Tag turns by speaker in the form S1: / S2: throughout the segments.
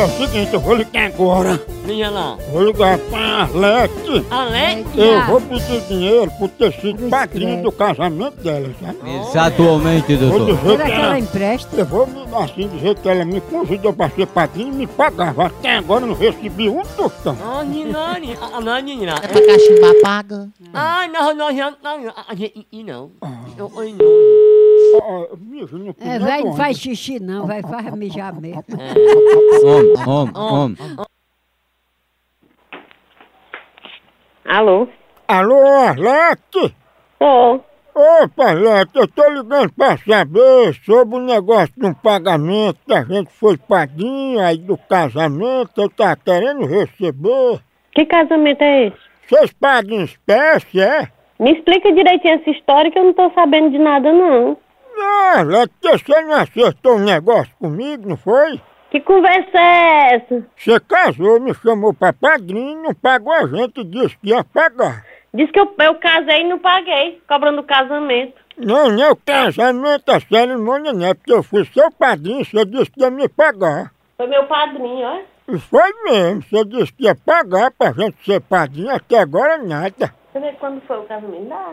S1: é o seguinte, eu vou ligar agora.
S2: Liga lá.
S1: Vou ligar pra Arlete.
S2: Alex?
S3: Ah.
S1: Eu vou pedir dinheiro por ter sido
S3: é.
S1: padrinho do casamento dela, sabe?
S4: Exatamente,
S1: Vou
S4: doutor.
S1: dizer
S3: Será
S1: que
S3: que ela
S1: ela...
S3: empresta?
S1: Eu vou assim dizer que ela me convidou pra ser padrinho e me pagava. Até agora eu não recebi um tostão.
S2: Ah, Nilane. Ah, não, Nilane.
S5: Pra cachimbar paga.
S2: Ah, não, não, não, não. A gente, e não. Eu, oi, não.
S1: Ah, bicho, não
S3: É,
S1: comia
S3: vai,
S1: doente.
S3: faz xixi não, vai, vai mijar mesmo.
S4: Homem, homem, homem.
S6: Alô?
S1: Alô, Arlete?
S6: Ô,
S1: Opa, Arlete, eu tô ligando pra saber sobre o negócio de um pagamento que a gente foi padrinho aí do casamento, eu tava querendo receber.
S6: que casamento é esse?
S1: Vocês pagam em espécie, é?
S6: Me explica direitinho essa história que eu não tô sabendo de nada, não.
S1: Não, Arlete, você não acertou um negócio comigo, não foi?
S6: Que conversa é essa?
S1: Você casou, me chamou pra padrinho, não pagou a gente e disse que ia pagar.
S6: Diz que eu, eu casei e não paguei, cobrando o casamento.
S1: Não, não, o casamento, a cerimônia não é porque eu fui seu padrinho, você disse que ia me pagar.
S6: Foi meu padrinho, ó.
S1: E foi mesmo, você disse que ia pagar pra gente ser padrinho, até agora nada.
S6: Você vê quando foi o casamento? Dá.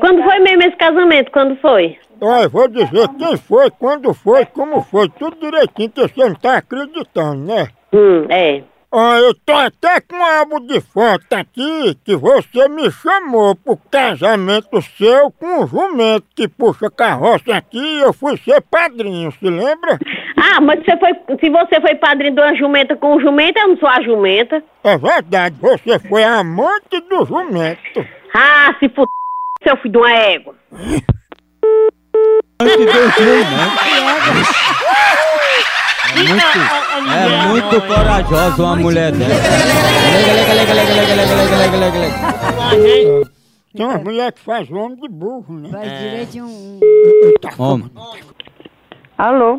S6: Quando foi mesmo esse casamento? Quando foi?
S1: Olha, eu vou dizer quem foi, quando foi, como foi, tudo direitinho, que você não tá acreditando, né?
S6: Hum, é.
S1: Ó, Ah, eu tô até com um álbum de foto aqui que você me chamou pro casamento seu com um jumento que puxa carroça aqui e eu fui ser padrinho, se lembra?
S6: Ah, mas você foi, se você foi padrinho de uma jumenta com um jumento, eu não sou a jumenta.
S1: É verdade, você foi amante do jumento.
S6: Ah, se f... seu filho de uma égua.
S4: Não te deu jeito, né? É muito corajosa uma mulher dessa.
S2: corajoso.
S1: Tem uma mulher que faz homem de burro, né?
S3: Faz direito um.
S4: Homem.
S6: Alô?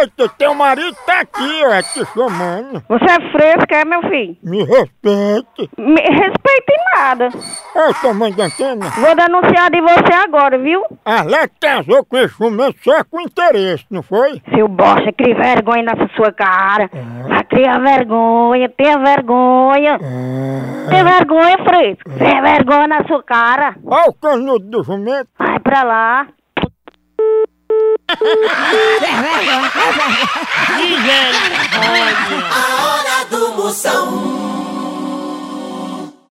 S1: Eita, teu marido tá aqui, ó, te chamando.
S6: Você é fresca, é, meu filho?
S1: Me respeite.
S6: Me respeite nada.
S1: Olha o tamanho da antena.
S6: Vou denunciar de você agora, viu?
S1: Arlete casou com esse jumento só com interesse, não foi?
S6: Seu bosta, cria vergonha nessa sua cara. Vai criar vergonha, tenha vergonha. Tem vergonha, fresco. Tem vergonha na sua cara.
S1: Olha o canudo do jumento.
S6: Vai pra lá.
S2: Que vergonha.
S7: A hora do Moção.